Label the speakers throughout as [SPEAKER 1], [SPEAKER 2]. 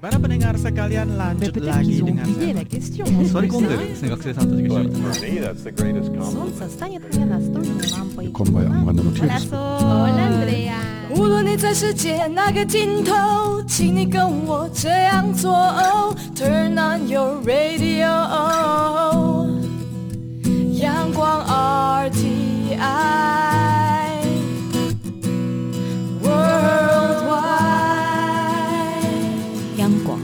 [SPEAKER 1] Para pendengar sekalian
[SPEAKER 2] Mais
[SPEAKER 1] lanjut
[SPEAKER 2] peut-être
[SPEAKER 1] lagi
[SPEAKER 2] qu'ils ont
[SPEAKER 1] dengan
[SPEAKER 2] oublié la question. hein,
[SPEAKER 1] Sorry,
[SPEAKER 2] c'est ça.
[SPEAKER 1] Konde. Sing akses na to jakiś
[SPEAKER 3] But
[SPEAKER 1] świat.
[SPEAKER 3] for me, that's the greatest compliment.
[SPEAKER 4] Солнце станет мне на стол, и нам по
[SPEAKER 5] Willkommen bei Am Rande Notiz.
[SPEAKER 4] Hola, Andrea.
[SPEAKER 6] 无论你在世界哪个尽头，请你跟我这样做、哦 Turn on your radio、阳光 RTI。Worldwide。
[SPEAKER 7] 央广，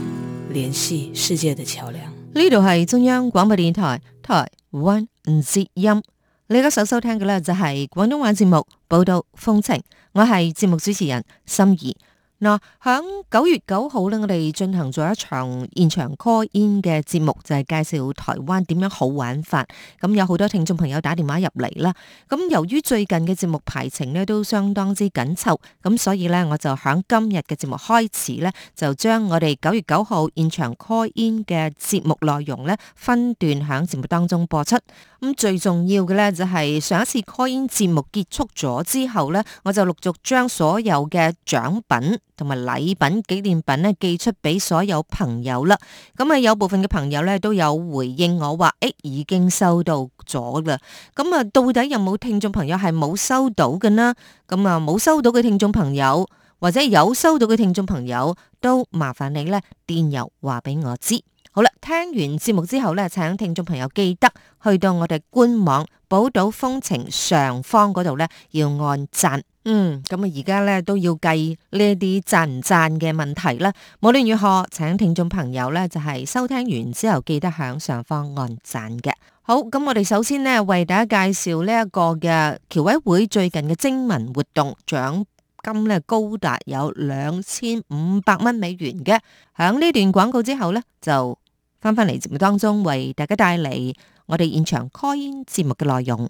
[SPEAKER 7] 联系世界的桥梁。
[SPEAKER 2] 呢度係中央廣播電台台灣之音，你而家所收聽嘅呢，就係廣東話節目《報道風情》，我係節目主持人心儀。嗱，響九月九號呢，我哋進行咗一場現場 call in 嘅節目，就係、介紹台灣點樣好玩法。咁有好多聽眾朋友打電話入嚟啦。咁由於最近嘅節目排程呢都相當之緊湊，咁所以呢，我就響今日嘅節目開始呢，就將我哋九月九號現場 call in 嘅節目內容呢，分段響節目當中播出。咁最重要嘅呢，就係上一次 call in 節目結束咗之後呢，我就陸續將所有嘅獎品同埋禮品紀念品呢寄出俾所有朋友啦。咁啊，有部分嘅朋友呢，都有回應我話，誒、已經收到咗啦。咁啊，到底有冇聽眾朋友係冇收到嘅呢？咁啊，冇收到嘅聽眾朋友，或者有收到嘅聽眾朋友，都麻煩你咧電郵話俾我知。好啦，聽完節目之後咧，請聽眾朋友記得去到我哋官網寶島風情上方嗰度咧，要按讚。嗯，咁啊，而家咧都要計呢一啲讚唔讚嘅問題啦。無論如何，請聽眾朋友咧就係、收聽完之後，記得響上方按讚嘅。好，咁我哋首先呢，為大家介紹呢一個嘅僑委會最近嘅徵文活動，獎金咧高達有兩千五百蚊美元嘅。響呢段廣告之後呢，就翻返嚟節目當中，為大家帶嚟我哋現場 call in 節目嘅內容。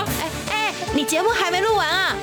[SPEAKER 4] 哎哎，你节目还没录完啊？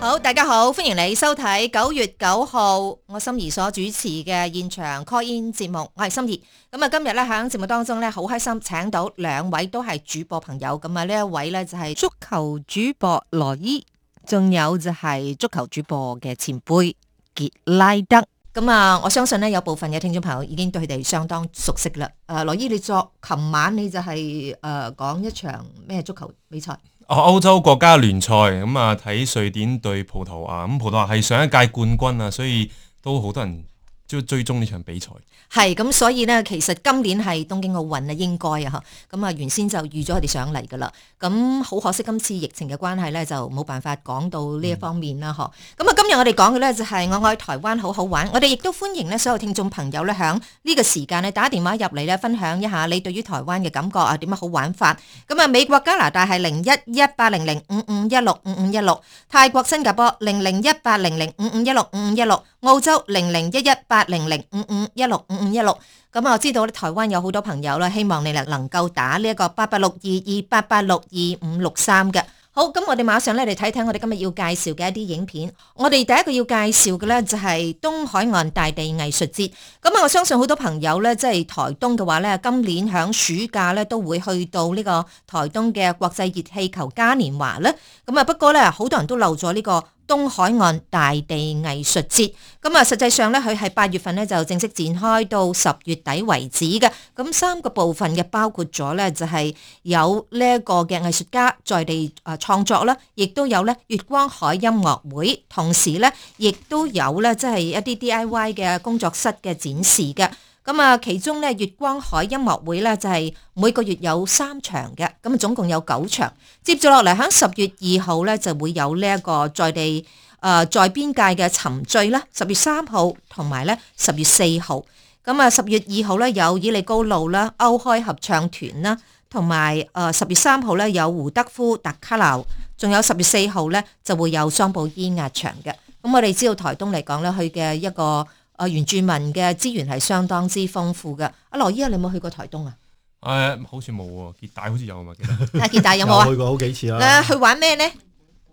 [SPEAKER 2] 好，大家好，歡迎你收睇九月九號我心儀所主持嘅現場 call in 節目，我係心儀。咁啊，今日咧喺節目當中咧，好開心請到兩位都係主播朋友。咁啊，呢一位咧就係足球主播羅伊，仲有就係足球主播嘅前輩傑拉德。咁啊，我相信咧有部分嘅聽眾朋友已經對佢哋相當熟悉啦。誒、羅伊，你昨琴晚你就係、誒、講一場咩足球比賽？
[SPEAKER 8] 哦，歐洲國家聯賽咁啊，睇瑞典對葡萄牙，咁葡萄牙係上一屆冠軍啊，所以都好多人追追蹤呢場比賽。
[SPEAKER 2] 係咁，所以呢，其實今年係東京奧運啊，應該啊嚇，咁啊原先就預咗佢哋上嚟噶啦。咁好可惜，今次疫情嘅關係呢，就冇辦法講到呢一方面啦嗬，咁啊，今日我哋講嘅呢，就係我愛台灣好好玩，我哋亦都歡迎呢所有聽眾朋友呢，響呢個時間呢打電話入嚟呢，分享一下你對於台灣嘅感覺啊，點樣好玩法。咁啊，美國加拿大係零一一八零零五五一六五五一六，泰國新加坡零零一八零零五五一六五五一六，澳洲零零一一八零零五五一六五五一六。咁啊我知道咧，台灣有好多朋友啦，希望你能能夠打呢一個八八六二二八八六二五六三嘅。好，咁我哋馬上咧嚟睇睇我哋今日要介紹嘅一啲影片。我哋第一個要介紹嘅咧就係東海岸大地藝術節。咁啊，我相信好多朋友咧，即係台東嘅話咧，今年響暑假咧都會去到呢個台東嘅國際熱氣球嘉年華咧。咁啊，不過咧好多人都漏咗呢個東海岸大地藝術節。咁啊，實際上咧，佢係八月份咧就正式展開到十月底為止嘅。咁三個部分嘅包括咗咧，就係有呢一個嘅藝術家在地啊創作啦，亦都有咧月光海音樂會，同時咧亦都有咧即係一啲 DIY 嘅工作室嘅展示嘅。咁啊，其中咧月光海音樂會咧就係每個月有三場嘅，咁啊總共有九場。接住落嚟喺十月二號咧就會有呢一個在地誒、呃在邊界嘅沉醉啦，十月三號同埋咧十月四號。咁啊，十月二號咧有以利高路啦、歐開合唱團啦，同埋誒十月三號咧有胡德夫特卡流，仲有十月四號咧就會有桑布伊壓場嘅。咁我哋知道台東嚟講咧，佢嘅一個誒原住民嘅資源係相當之豐富嘅。阿羅伊啊，你有冇去過台 東啊？
[SPEAKER 8] 诶，好似哎冇喎，結帶好似有啊嘛，記得。
[SPEAKER 2] 阿健大有冇啊？
[SPEAKER 5] 去過好幾次啦
[SPEAKER 2] 咧，去玩咩咧？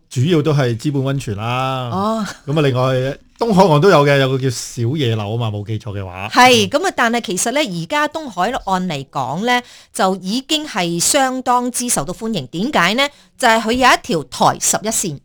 [SPEAKER 5] 主要都係資本温泉啦。
[SPEAKER 2] 哦。
[SPEAKER 5] 咁啊，另外東海岸都有嘅，有個叫小野樓啊嘛，冇記錯嘅話。
[SPEAKER 2] 係咁啊！但係其實咧，而家東海岸嚟講咧，就已經係相當之受到歡迎。點解呢？就係、佢有一條台十一線，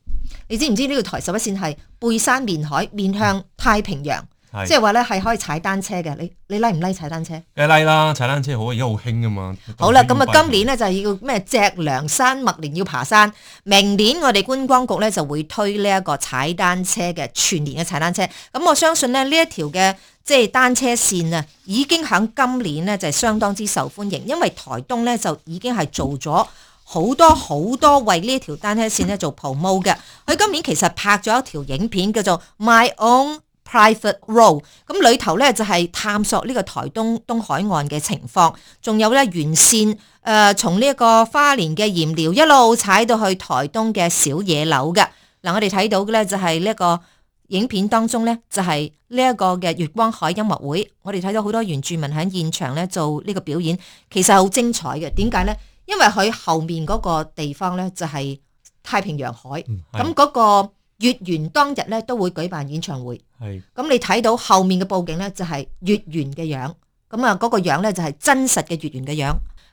[SPEAKER 2] 你知唔知呢條台十一線係背山面海，面向太平洋，
[SPEAKER 8] 係
[SPEAKER 2] 即係話咧係可以踩單車嘅。你你拉唔拉踩單車？
[SPEAKER 8] 梗係拉啦，踩單車好啊，而家好興噶嘛。
[SPEAKER 2] 好啦，咁
[SPEAKER 8] 當
[SPEAKER 2] 啊，今
[SPEAKER 8] 兵
[SPEAKER 2] 年咧就要咩脊梁山麥年要爬山，明年我哋觀光局咧就會推呢一個踩單車嘅全年嘅踩單車。咁我相信咧呢一條嘅即係單車線啊，已經喺今年咧就係相當之受歡迎，因為台東咧就已經係做咗。好多好多為呢一條單車線咧做 promo 嘅，佢今年其實拍咗一條影片叫做《My Own Private Road》，咁裏頭咧就係、探索呢個台東東海岸嘅情況，仲有咧沿線誒、呃、從呢一個花蓮嘅鹽寮一路踩到去台東嘅小野樓嘅。嗱，我哋睇到嘅咧就係呢一個影片當中咧，就係呢一個嘅月光海音樂會，我哋睇到好多原住民喺現場咧做呢個表演，其實好精彩嘅。點解咧？因為佢後面嗰個地方咧就係太平洋海，
[SPEAKER 8] 係
[SPEAKER 2] 咁嗰個月圓當日咧都會舉辦演唱會。
[SPEAKER 8] 係
[SPEAKER 2] 咁你睇到後面嘅佈景咧，就係月圓嘅樣。咁啊，嗰個樣咧就係真實嘅月圓嘅樣。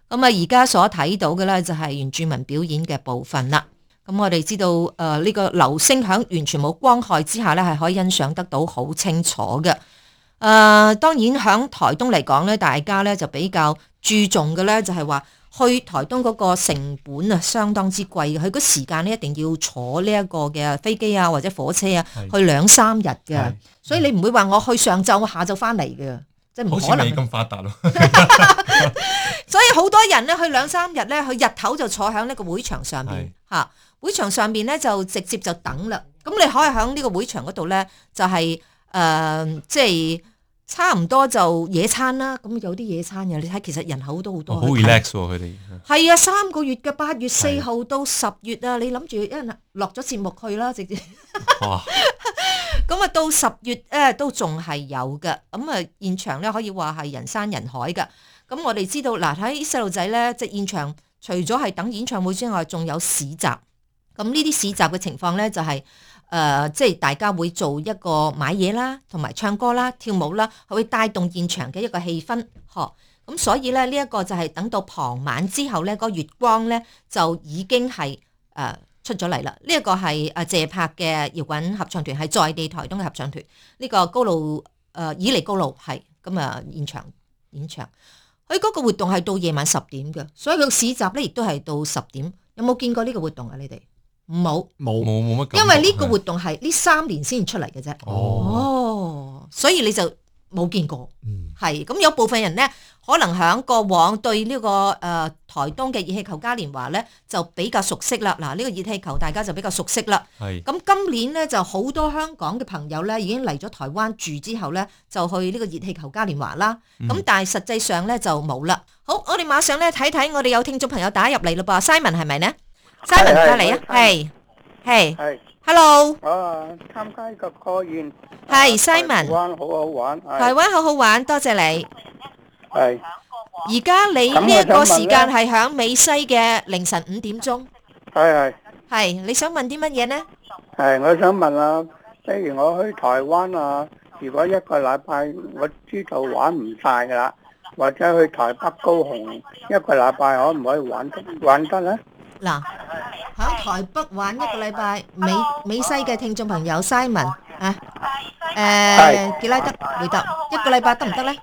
[SPEAKER 2] 咁啊，而家所睇到嘅咧就係原住民表演嘅部分啦。咁我哋知道呃誒呢、個流星響完全冇光害之下咧，係可以欣賞得到好清楚嘅。誒、呃當然響台東嚟講咧，大家咧就比較注重嘅咧就係話。去台東嗰個成本啊，相當之貴嘅。佢嗰時間咧一定要坐呢一個嘅飛機啊，或者火車啊，
[SPEAKER 8] 係
[SPEAKER 2] 去兩三日嘅
[SPEAKER 8] 係。
[SPEAKER 2] 所以你唔會話我去上晝，我下晝翻嚟嘅，即係唔
[SPEAKER 8] 好似
[SPEAKER 2] 可能
[SPEAKER 8] 你。咁發達咯，
[SPEAKER 2] 所以好多人咧，去兩三日咧，佢日頭就坐喺呢個會場上邊
[SPEAKER 8] 係
[SPEAKER 2] 嚇、會場上邊咧就直接就等啦。咁你可以喺呢個會場嗰度咧，就係、呃即係差唔多就野餐啦。咁有啲野餐嘅，你睇其實人口都好多。
[SPEAKER 8] 哦好 relax 啊喎佢哋。
[SPEAKER 2] 係啊，三個月嘅八月四號到十月啊，你諗住一人落咗節目去啦，直接。
[SPEAKER 8] 哇，
[SPEAKER 2] 咁啊，到十月咧都仲係有嘅，咁啊現場咧可以話係人山人海嘅。咁我哋知道嗱，喺細路仔咧，即係現場除咗係等演唱會之外，仲有市集。咁呢啲市集嘅情況咧，就係、呃即係大家會做一個買嘢啦，同埋唱歌啦、跳舞啦，佢會帶動現場嘅一個氣氛，呵。咁所以咧，呢、一個就係等到傍晚之後咧，個月光咧就已經係誒、呃出咗嚟啦。呢、一個係阿謝柏嘅搖滾合唱團，係在地台東嘅合唱團。呢、個高路誒、呃、以嚟高路係咁啊，現場演唱。佢嗰個活動係到夜晚十點嘅，所以佢市集咧亦都係到十點。有冇見過呢個活動啊？你哋冇，
[SPEAKER 5] 冇
[SPEAKER 8] 冇冇乜感
[SPEAKER 2] 因
[SPEAKER 8] 覺。
[SPEAKER 2] 為呢個活動係呢三年先出嚟嘅啫。
[SPEAKER 5] 哦，
[SPEAKER 2] 哦，所以你就冇見過。
[SPEAKER 5] 嗯
[SPEAKER 2] 係咁有部分人咧，可能喺過往對呢、個呃台東嘅熱氣球嘉年華咧就比較熟悉啦。嗱，呢個熱氣球大家就比較熟悉啦。
[SPEAKER 8] 係
[SPEAKER 2] 咁今年咧就好多香港嘅朋友咧已經嚟咗台灣住之後咧，就去呢個熱氣球嘉年華啦。咁、但係實際上咧就冇啦。好，我哋馬上咧睇睇我哋有聽眾朋友打入嚟咯噃，Simon 係咪呢 s i m o n
[SPEAKER 9] 係
[SPEAKER 2] 翻嚟啊，係係
[SPEAKER 9] 係
[SPEAKER 2] ，Hello，
[SPEAKER 9] 啊，參加呢個個
[SPEAKER 2] 係
[SPEAKER 9] 宴台
[SPEAKER 2] Simon，
[SPEAKER 9] 灣好好玩，
[SPEAKER 2] 台
[SPEAKER 9] 係
[SPEAKER 2] 灣好好玩，多謝你。
[SPEAKER 9] 係
[SPEAKER 2] 而家你呢一個時間係響美西嘅凌晨五點鐘，
[SPEAKER 9] 係係
[SPEAKER 2] 係你想問啲乜嘢呢？
[SPEAKER 9] 係，我想問啊，譬如我去台灣啊，如果一個禮拜我知道玩唔晒㗎啦，或者去台北高雄一個禮拜可唔可以玩得玩得咧？
[SPEAKER 2] 嗱，喺台北玩一個禮拜，美美西嘅聽眾朋友 Simon 啊，誒
[SPEAKER 9] 係
[SPEAKER 2] 傑拉德回答一個禮拜得唔得咧？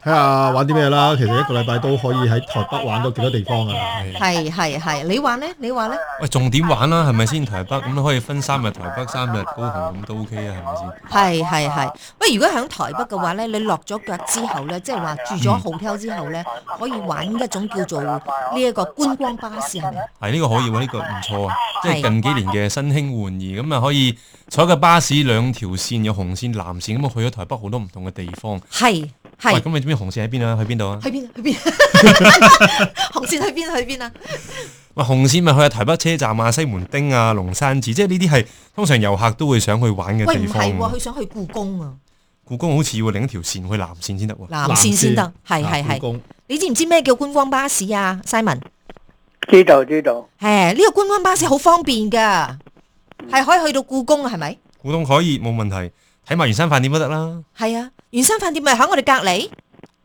[SPEAKER 5] 睇下玩啲咩啦。其實一個禮拜都可以喺台北玩到幾多地方噶啦。
[SPEAKER 2] 係係係，你玩咧？你玩咧？
[SPEAKER 8] 喂，重點玩啦，係咪先？台北咁可以分三日台北，三日高雄咁都 OK 啊，係咪先？
[SPEAKER 2] 係係係。喂，如果喺台北嘅話咧，你落咗腳之後咧，即係話住咗 hotel 之後咧，可以玩一種叫做呢一個觀光巴士係咪？
[SPEAKER 8] 係呢個可以喎，呢、個唔錯啊！即係
[SPEAKER 2] 係
[SPEAKER 8] 近幾年嘅新興玩意，咁啊可以坐一架巴士兩條線，有紅線、藍線，咁啊去咗台北好多唔同嘅地方。
[SPEAKER 2] 係
[SPEAKER 8] 喂，
[SPEAKER 2] 係
[SPEAKER 8] 咁你知唔知紅線喺邊啊？去邊度啊？
[SPEAKER 2] 去邊 去邊？紅線去邊去邊啊？
[SPEAKER 8] 喂，紅線咪去下台北車站啊、西門町啊、龍山寺，即係呢啲係通常遊客都會想去玩嘅
[SPEAKER 2] 喂，
[SPEAKER 8] 地
[SPEAKER 2] 唔
[SPEAKER 8] 方
[SPEAKER 2] 係喎，
[SPEAKER 8] 喎。
[SPEAKER 2] 佢想去故宮啊，
[SPEAKER 8] 故宮好似要另一條線去南線先得喎。
[SPEAKER 2] 藍線先得，係係
[SPEAKER 5] 南
[SPEAKER 2] 係
[SPEAKER 5] 故。宮
[SPEAKER 2] 你知唔知咩叫觀光巴士啊，Simon？
[SPEAKER 9] 知道知道，
[SPEAKER 2] 誒，呢個觀光巴士好方便㗎，係可以去到故宮啊，係咪？
[SPEAKER 8] 古東可以冇問題，睇埋圓山飯店都得啦。
[SPEAKER 2] 係啊，原生飯店咪喺我哋隔離，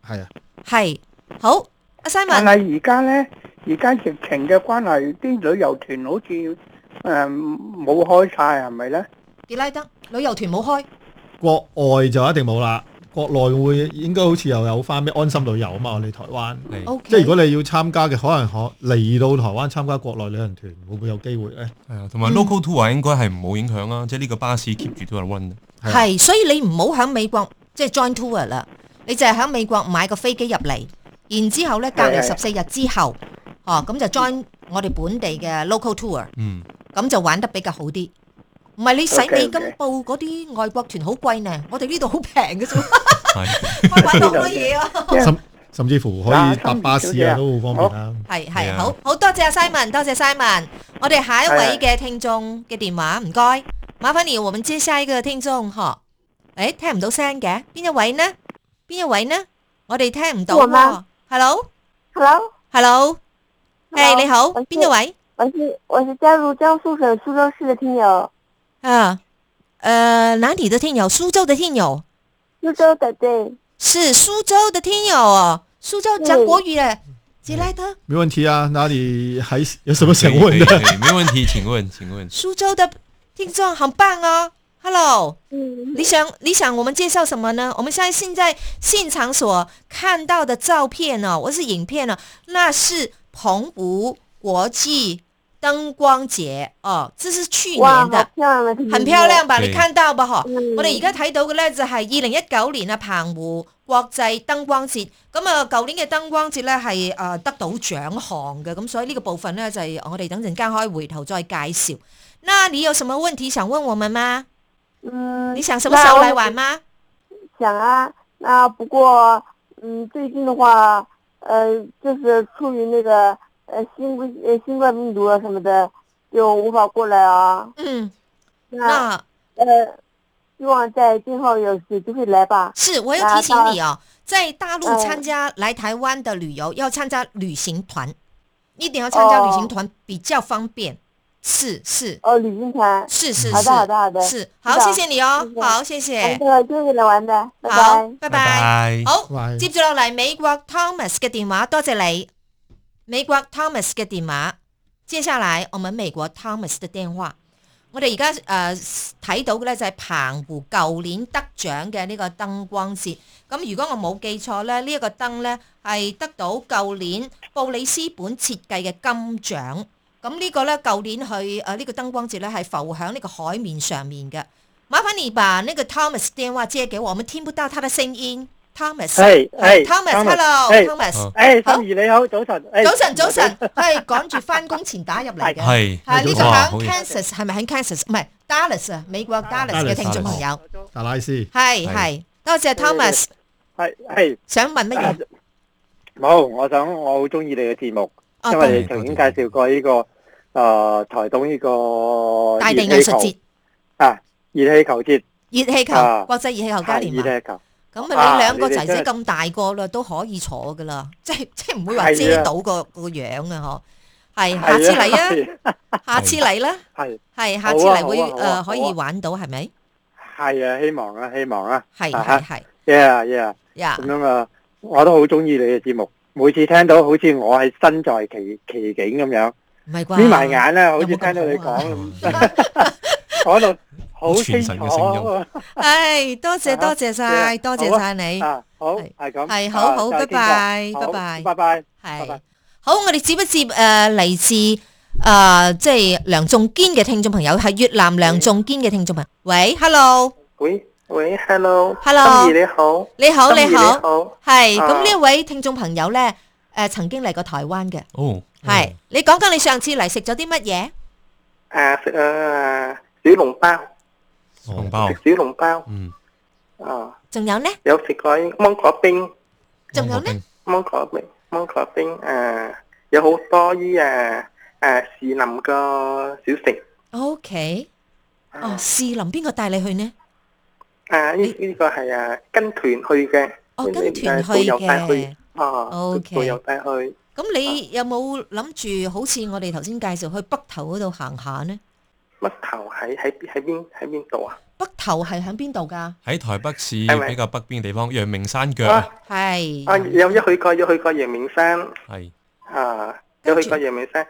[SPEAKER 5] 係啊，
[SPEAKER 2] 係好。阿
[SPEAKER 9] 但
[SPEAKER 2] Simon，
[SPEAKER 9] 係而家呢，而家疫情嘅關係，啲旅遊團好似诶冇開晒，係咪呢？
[SPEAKER 2] 傑拉德旅遊團冇開，
[SPEAKER 5] 國外就一定冇啦。國內會應該好似又有翻咩安心旅遊啊嘛，我哋台灣。
[SPEAKER 8] 係
[SPEAKER 2] OK
[SPEAKER 5] 即係如果你要參加嘅，可能可嚟到台灣參加國內旅行團，會唔會有機會咧？
[SPEAKER 8] 係啊，同埋 local tour 應該係唔好影響啦，即係呢個巴士 keep 住都係 run 嘅。
[SPEAKER 2] 係，所以你唔好喺美國即係 join tour 啦，你就係喺美國買個飛機入嚟，然之後咧隔離
[SPEAKER 9] 係
[SPEAKER 2] 十
[SPEAKER 9] 係
[SPEAKER 2] 四日之後，哦咁就 join 我哋本地嘅 local tour，
[SPEAKER 8] 嗯，
[SPEAKER 2] 咁就玩得比較好啲。唔係你使
[SPEAKER 9] OK，OK
[SPEAKER 2] 美金報嗰啲外國團好貴呢，我哋呢度好平嘅啫，
[SPEAKER 8] 係。
[SPEAKER 2] 可以玩到好多嘢啊！
[SPEAKER 5] 甚甚至乎可以搭巴士啊，都好方便啦。
[SPEAKER 2] 係係
[SPEAKER 8] 係啊
[SPEAKER 2] 好好多謝阿 Simon，多謝 Simon。我哋下一位嘅聽眾嘅電話，唔該，麻煩你，我們接下一個聽眾嗬。诶、聽唔到聲嘅，邊一位呢？邊一位呢？我哋聽唔到
[SPEAKER 10] 我嗎
[SPEAKER 2] 喎。Hello，Hello，
[SPEAKER 10] Hello，
[SPEAKER 2] 诶，你好，
[SPEAKER 10] 我是
[SPEAKER 2] 邊一位？
[SPEAKER 10] 我是我是加入江苏省苏州市的听友，
[SPEAKER 2] 啊，呃，哪里的听友？蘇州的听友，
[SPEAKER 10] 苏州的对，
[SPEAKER 2] 是蘇州的听友哦。蘇州講國語啊咧，傑拉德，
[SPEAKER 5] 沒問題啊，哪裡還有什麼 想
[SPEAKER 8] 可
[SPEAKER 5] 問
[SPEAKER 8] 以
[SPEAKER 5] 的？
[SPEAKER 8] 可以可以沒問題，請問請問。
[SPEAKER 2] 蘇州的聽眾很棒哦。Hello。
[SPEAKER 10] 嗯，
[SPEAKER 2] 你想你想我们介绍什么呢？我们现在现在现场所看到的照片呢、或是影片呢、哦那是澎湖国际灯光节哦，这是去
[SPEAKER 10] 哇，
[SPEAKER 2] 年
[SPEAKER 10] 好
[SPEAKER 2] 的
[SPEAKER 10] 漂，亮的听友，
[SPEAKER 2] 很漂亮吧？
[SPEAKER 8] 对
[SPEAKER 2] 你看到吧？嗬、
[SPEAKER 10] 嗯
[SPEAKER 2] 我哋而家睇到嘅咧就係二零一九年啊澎湖國際燈光節，咁啊舊年嘅燈光節咧係誒得到獎項嘅，咁所以呢個部分咧就係、我哋等陣間可以回頭再介紹。那你有什麼問題想問我們嗎？
[SPEAKER 10] 嗯，
[SPEAKER 2] 你想什麼時候來玩嗎？
[SPEAKER 10] 想啊，那不过，嗯，最近的话，呃，就是出于那个呃新冠呃新冠病毒啊什么的，就无法过来啊，
[SPEAKER 2] 嗯，
[SPEAKER 10] 那
[SPEAKER 2] 那
[SPEAKER 10] 呃，希望在今后有有机会来吧，
[SPEAKER 2] 是我要
[SPEAKER 10] 那
[SPEAKER 2] 提醒
[SPEAKER 10] 到
[SPEAKER 2] 你哦，在大陆
[SPEAKER 10] 嗯
[SPEAKER 2] 参加来台湾的旅游要参加旅行团，一定要参加旅行
[SPEAKER 10] 哦
[SPEAKER 2] 团比较方便。是是
[SPEAKER 10] 哦，旅行团，
[SPEAKER 2] 是是
[SPEAKER 10] 好的好
[SPEAKER 2] 是
[SPEAKER 10] 的好的，
[SPEAKER 2] 是，好，
[SPEAKER 10] 知道
[SPEAKER 2] 谢谢你哦
[SPEAKER 10] 谢，
[SPEAKER 2] 好，
[SPEAKER 10] 谢
[SPEAKER 2] 谢
[SPEAKER 10] 我们
[SPEAKER 2] 谢，
[SPEAKER 10] 到这里来玩的，拜
[SPEAKER 2] 好拜
[SPEAKER 10] 拜。，
[SPEAKER 2] 拜。
[SPEAKER 8] 拜。
[SPEAKER 2] 好，
[SPEAKER 5] 拜
[SPEAKER 2] 接住落嚟美國 Thomas 嘅電話，多謝你。美國 Thomas 嘅電話，接下來我們美國 Thomas 嘅電話。我哋而家誒睇到嘅咧就係澎湖舊年得獎嘅呢個燈光節。咁如果我冇記錯咧，呢、一個燈咧係得到舊年布里斯本設計嘅金獎。咁呢個咧舊年去誒呢個燈光節咧係浮喺呢個海面上面嘅。麻煩你把那個 Thomas 電話借給我，我們聽不到他的聲音。Thomas，
[SPEAKER 9] 係係
[SPEAKER 2] t h o m a s h
[SPEAKER 9] Thomas，
[SPEAKER 2] e l l o
[SPEAKER 9] 係
[SPEAKER 2] t h o m a s
[SPEAKER 8] 好
[SPEAKER 9] 诶，
[SPEAKER 2] 好
[SPEAKER 9] 心怡你好，早晨。誒
[SPEAKER 2] 早晨早晨，係趕住翻工前打入嚟嘅。
[SPEAKER 8] 係。
[SPEAKER 2] 係呢個
[SPEAKER 8] 哇
[SPEAKER 2] 響
[SPEAKER 8] 好嘢
[SPEAKER 2] Kansas 係咪喺 Kansas？唔係 Dallas 啊，美國 Dallas
[SPEAKER 5] Dallas，
[SPEAKER 2] 嘅聽眾朋友，
[SPEAKER 5] 達拉斯，
[SPEAKER 2] 係
[SPEAKER 8] 係
[SPEAKER 2] 係多謝 Thomas，
[SPEAKER 9] 係係
[SPEAKER 2] 想問乜嘢？
[SPEAKER 9] 冇，我想我好中意你嘅節目，
[SPEAKER 2] 哦
[SPEAKER 9] 因
[SPEAKER 2] 多
[SPEAKER 9] 為你曾經介紹過呢個诶台東呢個
[SPEAKER 2] 大地
[SPEAKER 9] 熱氣
[SPEAKER 2] 藝術
[SPEAKER 9] 球
[SPEAKER 2] 節、
[SPEAKER 9] 啊，熱氣球節，
[SPEAKER 2] 熱氣球
[SPEAKER 9] 啊、
[SPEAKER 2] 國際熱氣球嘉
[SPEAKER 9] 係
[SPEAKER 2] 年華，
[SPEAKER 9] 熱氣球。
[SPEAKER 2] 咁啊
[SPEAKER 9] 啊
[SPEAKER 2] 你兩個
[SPEAKER 9] 你哋
[SPEAKER 2] 仔仔
[SPEAKER 9] 真係
[SPEAKER 2] 咁大個啦，都可以坐噶啦， 即係即係唔會話
[SPEAKER 9] 係啊
[SPEAKER 2] 遮到個個樣啊！嗬，係下次嚟啊，下次嚟啦，
[SPEAKER 9] 啊，系
[SPEAKER 2] 係
[SPEAKER 9] 好
[SPEAKER 2] 下
[SPEAKER 9] 啊
[SPEAKER 2] 次嚟會
[SPEAKER 9] 好啊好啊
[SPEAKER 2] 誒可
[SPEAKER 9] 好
[SPEAKER 2] 以
[SPEAKER 9] 啊
[SPEAKER 2] 玩到係咪？
[SPEAKER 9] 系啊，希望啊，希望啊，
[SPEAKER 2] 係
[SPEAKER 9] 啊哈
[SPEAKER 2] 係係
[SPEAKER 9] ，yeah yeah，
[SPEAKER 2] 呀
[SPEAKER 9] 咁。樣啊，我都好中意你嘅節目，每次聽到好似我係身在其其境咁樣，
[SPEAKER 2] 唔系啩？
[SPEAKER 9] 眯埋眼啦，好似聽到你 講咁，講到好清
[SPEAKER 8] 全
[SPEAKER 9] 楚
[SPEAKER 8] 神嘅聲音
[SPEAKER 9] 啊！
[SPEAKER 2] 唉，多谢多谢晒，多谢晒你。
[SPEAKER 9] 啊，好係咁，
[SPEAKER 2] 系好好，
[SPEAKER 9] 啊
[SPEAKER 2] 拜拜，
[SPEAKER 9] 再
[SPEAKER 2] 拜
[SPEAKER 9] 見啦
[SPEAKER 2] 拜，
[SPEAKER 9] 好拜拜，
[SPEAKER 2] 系好，我哋接一接诶嚟自诶即系梁仲坚嘅听众朋友，系越南梁仲坚嘅听众朋友。喂，hello，
[SPEAKER 11] 喂喂，hello，
[SPEAKER 2] Hello
[SPEAKER 11] 心怡你好，
[SPEAKER 2] 你好，
[SPEAKER 11] 心怡
[SPEAKER 2] 你
[SPEAKER 11] 你
[SPEAKER 2] 好，系咁
[SPEAKER 11] 啊
[SPEAKER 2] 呢一位听众朋友咧，诶曾经嚟过台湾嘅，
[SPEAKER 8] 哦，
[SPEAKER 2] 系你讲讲你上次嚟食咗啲乜嘢？
[SPEAKER 11] 啊食啊小籠包，
[SPEAKER 8] 紅包
[SPEAKER 11] 食小籠包，
[SPEAKER 8] 嗯，
[SPEAKER 11] 啊
[SPEAKER 2] 仲有呢？
[SPEAKER 11] 有食過芒果冰，
[SPEAKER 2] 仲有呢？
[SPEAKER 11] 芒果冰，芒果冰，啊有好多啲啊啊士林嘅小食，
[SPEAKER 2] ？O K，哦，士林边个带你去呢？
[SPEAKER 11] 啊呢呢個係啊跟團去嘅，
[SPEAKER 2] 哦跟團去
[SPEAKER 11] 啊導遊帶
[SPEAKER 2] 嘅
[SPEAKER 11] 去，啊
[SPEAKER 2] OK
[SPEAKER 11] 導遊帶去。
[SPEAKER 2] 咁你有冇谂住好似我哋头先介绍去北头嗰度行下呢？
[SPEAKER 11] 乜頭喺喺喺邊喺邊度啊？
[SPEAKER 2] 北头系喺边度噶？
[SPEAKER 8] 喺台北市
[SPEAKER 11] 係咪
[SPEAKER 8] 比較北邊嘅地方，陽明山腳
[SPEAKER 11] 啊
[SPEAKER 2] 系
[SPEAKER 11] 啊有一去過，有去過陽明山。
[SPEAKER 8] 係
[SPEAKER 11] 啊，有去過陽明山，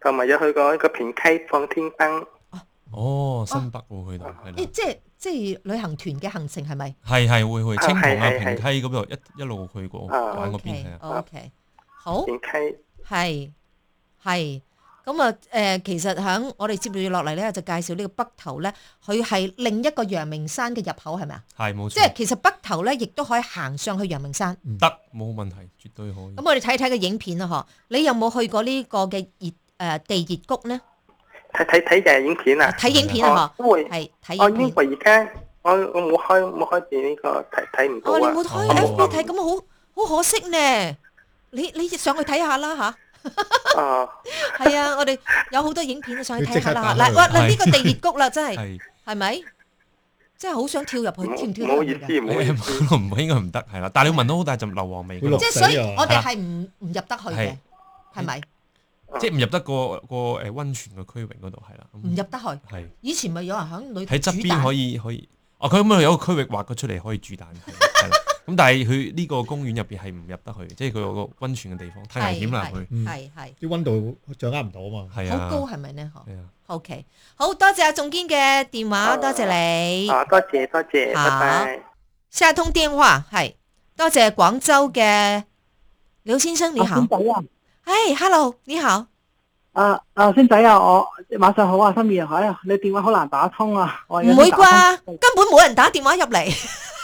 [SPEAKER 11] 同埋有去過一個平溪放天燈，
[SPEAKER 8] 哦，新北會去到係
[SPEAKER 2] 即
[SPEAKER 8] 啦，
[SPEAKER 2] 即即係旅行團嘅行程係咪
[SPEAKER 8] 係係會去
[SPEAKER 11] 啊
[SPEAKER 8] 青
[SPEAKER 11] 係
[SPEAKER 8] 銅啊
[SPEAKER 11] 係
[SPEAKER 8] 平溪嗰度一一路去過
[SPEAKER 11] 啊
[SPEAKER 8] 玩嗰邊係啊，
[SPEAKER 2] ？O K，好，
[SPEAKER 11] 平溪
[SPEAKER 2] 係係咁啊！誒、其實喺我哋接住落嚟咧，就介紹呢個北頭咧，佢係另一個陽明山嘅入口係咪啊？
[SPEAKER 8] 係冇
[SPEAKER 2] 即
[SPEAKER 8] 錯
[SPEAKER 2] 係，其實北頭咧，亦都可以行上去陽明山。
[SPEAKER 11] 嗯
[SPEAKER 8] 得冇問題，絕對可以
[SPEAKER 2] 咁。我哋睇睇個影片啦，嗬！你有冇去過呢個嘅熱誒、地熱谷呢？
[SPEAKER 11] 睇睇睇嘅影片啊，
[SPEAKER 2] 睇影片啊，
[SPEAKER 11] 哦
[SPEAKER 2] 嗬，係睇
[SPEAKER 11] 我
[SPEAKER 2] 影片
[SPEAKER 11] 因。為而家我我冇開冇開電呢個睇睇唔
[SPEAKER 2] 哦，你
[SPEAKER 11] 到啊，
[SPEAKER 2] 冇開 FB 睇，咁好好可惜呢。你你上去睇下啦吓，
[SPEAKER 11] 哦，
[SPEAKER 2] 係啊，我哋有好多影片上去睇下啦
[SPEAKER 11] 要
[SPEAKER 2] 吓。嗱，
[SPEAKER 11] 即刻打開
[SPEAKER 2] 哇，嗱
[SPEAKER 11] 係
[SPEAKER 2] 呢個地熱谷啦，真 係
[SPEAKER 8] 係
[SPEAKER 2] 係咪？真係好想跳入去，跳唔跳
[SPEAKER 11] 唔
[SPEAKER 2] 得入
[SPEAKER 11] 好
[SPEAKER 2] 去
[SPEAKER 11] 意
[SPEAKER 2] 㗎
[SPEAKER 11] 思，唔好意思，
[SPEAKER 8] 唔應該唔得係啦，但係你聞到好大陣硫磺味㗎嘛，
[SPEAKER 2] 即係所以，我哋係唔唔入得去嘅
[SPEAKER 8] 啊係，
[SPEAKER 2] 係咪？
[SPEAKER 8] 即係唔入得個個誒溫泉嘅區域嗰度係啦，
[SPEAKER 2] 唔入得去。
[SPEAKER 8] 係
[SPEAKER 2] 以前咪有人喺裏
[SPEAKER 8] 嗯喺側
[SPEAKER 2] 煮
[SPEAKER 8] 邊
[SPEAKER 2] 蛋
[SPEAKER 8] 可以可以，哦佢咁樣有個區域劃咗出嚟可 以煮蛋係啦係啦，咁但係佢呢個公園入邊係唔入得去，即係佢有個温泉嘅地方太危險啦佢，嗯
[SPEAKER 2] 係係係
[SPEAKER 5] 啲温度掌握唔到啊嘛。
[SPEAKER 8] 係
[SPEAKER 2] 好
[SPEAKER 8] 啊，
[SPEAKER 2] 高係咪呢？嗬
[SPEAKER 8] 係啊，
[SPEAKER 2] ，OK，好多謝阿仲堅嘅電話，多謝 你。啊
[SPEAKER 11] 啊多謝多謝，
[SPEAKER 2] 好
[SPEAKER 11] 拜拜。
[SPEAKER 2] 下通電話係多謝廣州嘅廖先生，你好。
[SPEAKER 12] 仔啊，
[SPEAKER 2] 哎，hello，你好。
[SPEAKER 12] 啊啊，星仔啊，我晚上好啊，心怡啊，哎呀，你電話好難打通啊，我而家
[SPEAKER 2] 唔會
[SPEAKER 12] 先打
[SPEAKER 2] 啩？根本冇人打電話入嚟，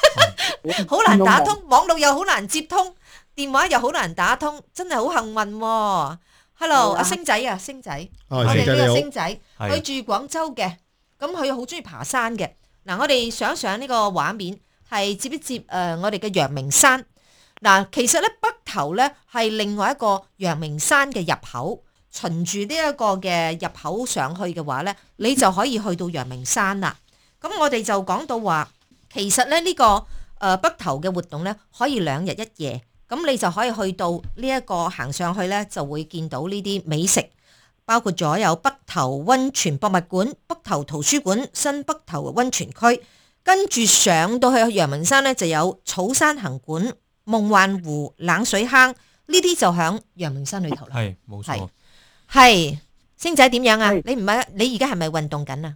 [SPEAKER 2] 好難打通，網路又好難接通，電話又好難打通，真係好幸運喎。Hello，
[SPEAKER 12] 係啊
[SPEAKER 2] 阿星仔啊，星仔，
[SPEAKER 12] 哦
[SPEAKER 2] 我哋
[SPEAKER 12] 星
[SPEAKER 2] 呢
[SPEAKER 12] 仔你
[SPEAKER 2] 個
[SPEAKER 12] 好
[SPEAKER 2] 星仔，
[SPEAKER 12] 係
[SPEAKER 2] 佢住廣州嘅，咁佢好中意爬山嘅。嗱，我哋想一想呢個畫面係接一接誒、呃我哋嘅陽明山。嗱，其實咧北頭咧係另外一個陽明山嘅入口，循住呢一個嘅入口上去嘅話咧，你就可以去到陽明山啦。咁我哋就講到話，其實咧呢、呢個誒、呃北頭嘅活動咧，可以兩日一夜，咁你就可以去到呢一個行上去咧，就會見到呢啲美食。包括咗有北頭温泉博物館、北頭圖書館、新北頭温泉區，跟住上到去陽明山咧，就有草山行館、夢幻湖、冷水坑，呢啲就響陽明山裏頭啦。
[SPEAKER 8] 係冇錯，
[SPEAKER 2] 係，星仔點樣啊？你唔係你而家係咪運動緊啊？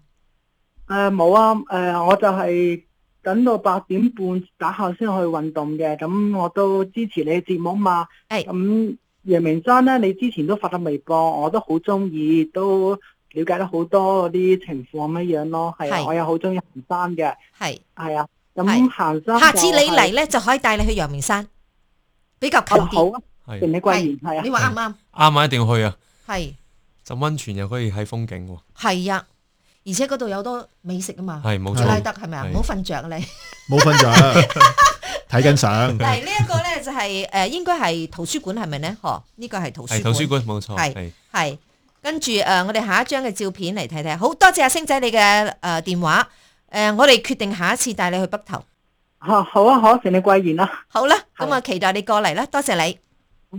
[SPEAKER 12] 誒冇啊，誒、我就係等到八點半打後先去運動嘅，咁我都支持你嘅節目嘛。
[SPEAKER 2] 誒，
[SPEAKER 12] 咁楊明山咧，你之前都發咗微博，我都好中意，都了解咗好多嗰啲情況咁樣樣咯。係啊
[SPEAKER 2] 係，
[SPEAKER 12] 我又好中意行山嘅。
[SPEAKER 2] 係
[SPEAKER 12] 係啊，咁行山
[SPEAKER 2] 下次
[SPEAKER 12] 就
[SPEAKER 2] 你
[SPEAKER 12] 係
[SPEAKER 2] 嚟咧，就可以帶你去陽明山，比較近
[SPEAKER 12] 好
[SPEAKER 2] 啲。
[SPEAKER 12] 啊，
[SPEAKER 8] 係
[SPEAKER 12] 你貴言係啊，
[SPEAKER 2] 你話啱唔啱？
[SPEAKER 8] 啱啊一定要去啊，
[SPEAKER 2] 係
[SPEAKER 8] 浸温泉又可以睇風景喎，
[SPEAKER 2] 係啊，而且嗰度有好多美食啊嘛。
[SPEAKER 8] 係冇錯
[SPEAKER 2] 拉德係咪啊？
[SPEAKER 8] 係
[SPEAKER 2] 唔好瞓着啊 你。
[SPEAKER 5] 冇 瞓着，睇緊相。
[SPEAKER 2] 但係呢一個咧就係、呃應該係圖書館係咪呢？嗬，呢個係圖書館。
[SPEAKER 8] 係圖書館冇錯，
[SPEAKER 2] 係
[SPEAKER 8] 係
[SPEAKER 2] 係。跟住誒、呃我哋下一張嘅照片嚟睇睇。好多謝阿星仔你嘅誒、呃、電話。誒、我哋決定下一次帶你去北頭。
[SPEAKER 12] 嚇好啊，好，成你貴言啦。
[SPEAKER 2] 好啦，咁啊，期待你過嚟啦。多謝你。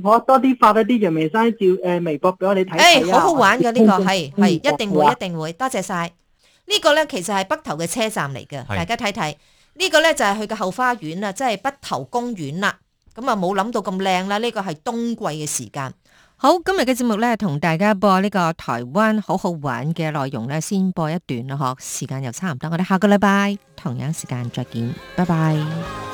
[SPEAKER 12] 我多啲發一啲陽明山照誒微博俾我哋睇睇
[SPEAKER 2] 誒，
[SPEAKER 12] 啊
[SPEAKER 2] 好好玩嘅呢
[SPEAKER 12] 我
[SPEAKER 2] 個係係一定會
[SPEAKER 12] 好啊
[SPEAKER 2] 一定會，多謝晒。呢個呢，其實係北頭嘅車站嚟嘅，
[SPEAKER 12] 係
[SPEAKER 2] 大家睇睇。呢個呢，就係佢嘅後花園啦，即係北頭公園啦。咁啊冇諗到咁靚啦，呢個係冬季嘅時間。好，今日嘅節目咧，同大家播呢個台灣好好玩嘅內容咧，先播一段啦，嗬，時間又差唔多，我哋下個禮拜同樣時間再見，拜拜。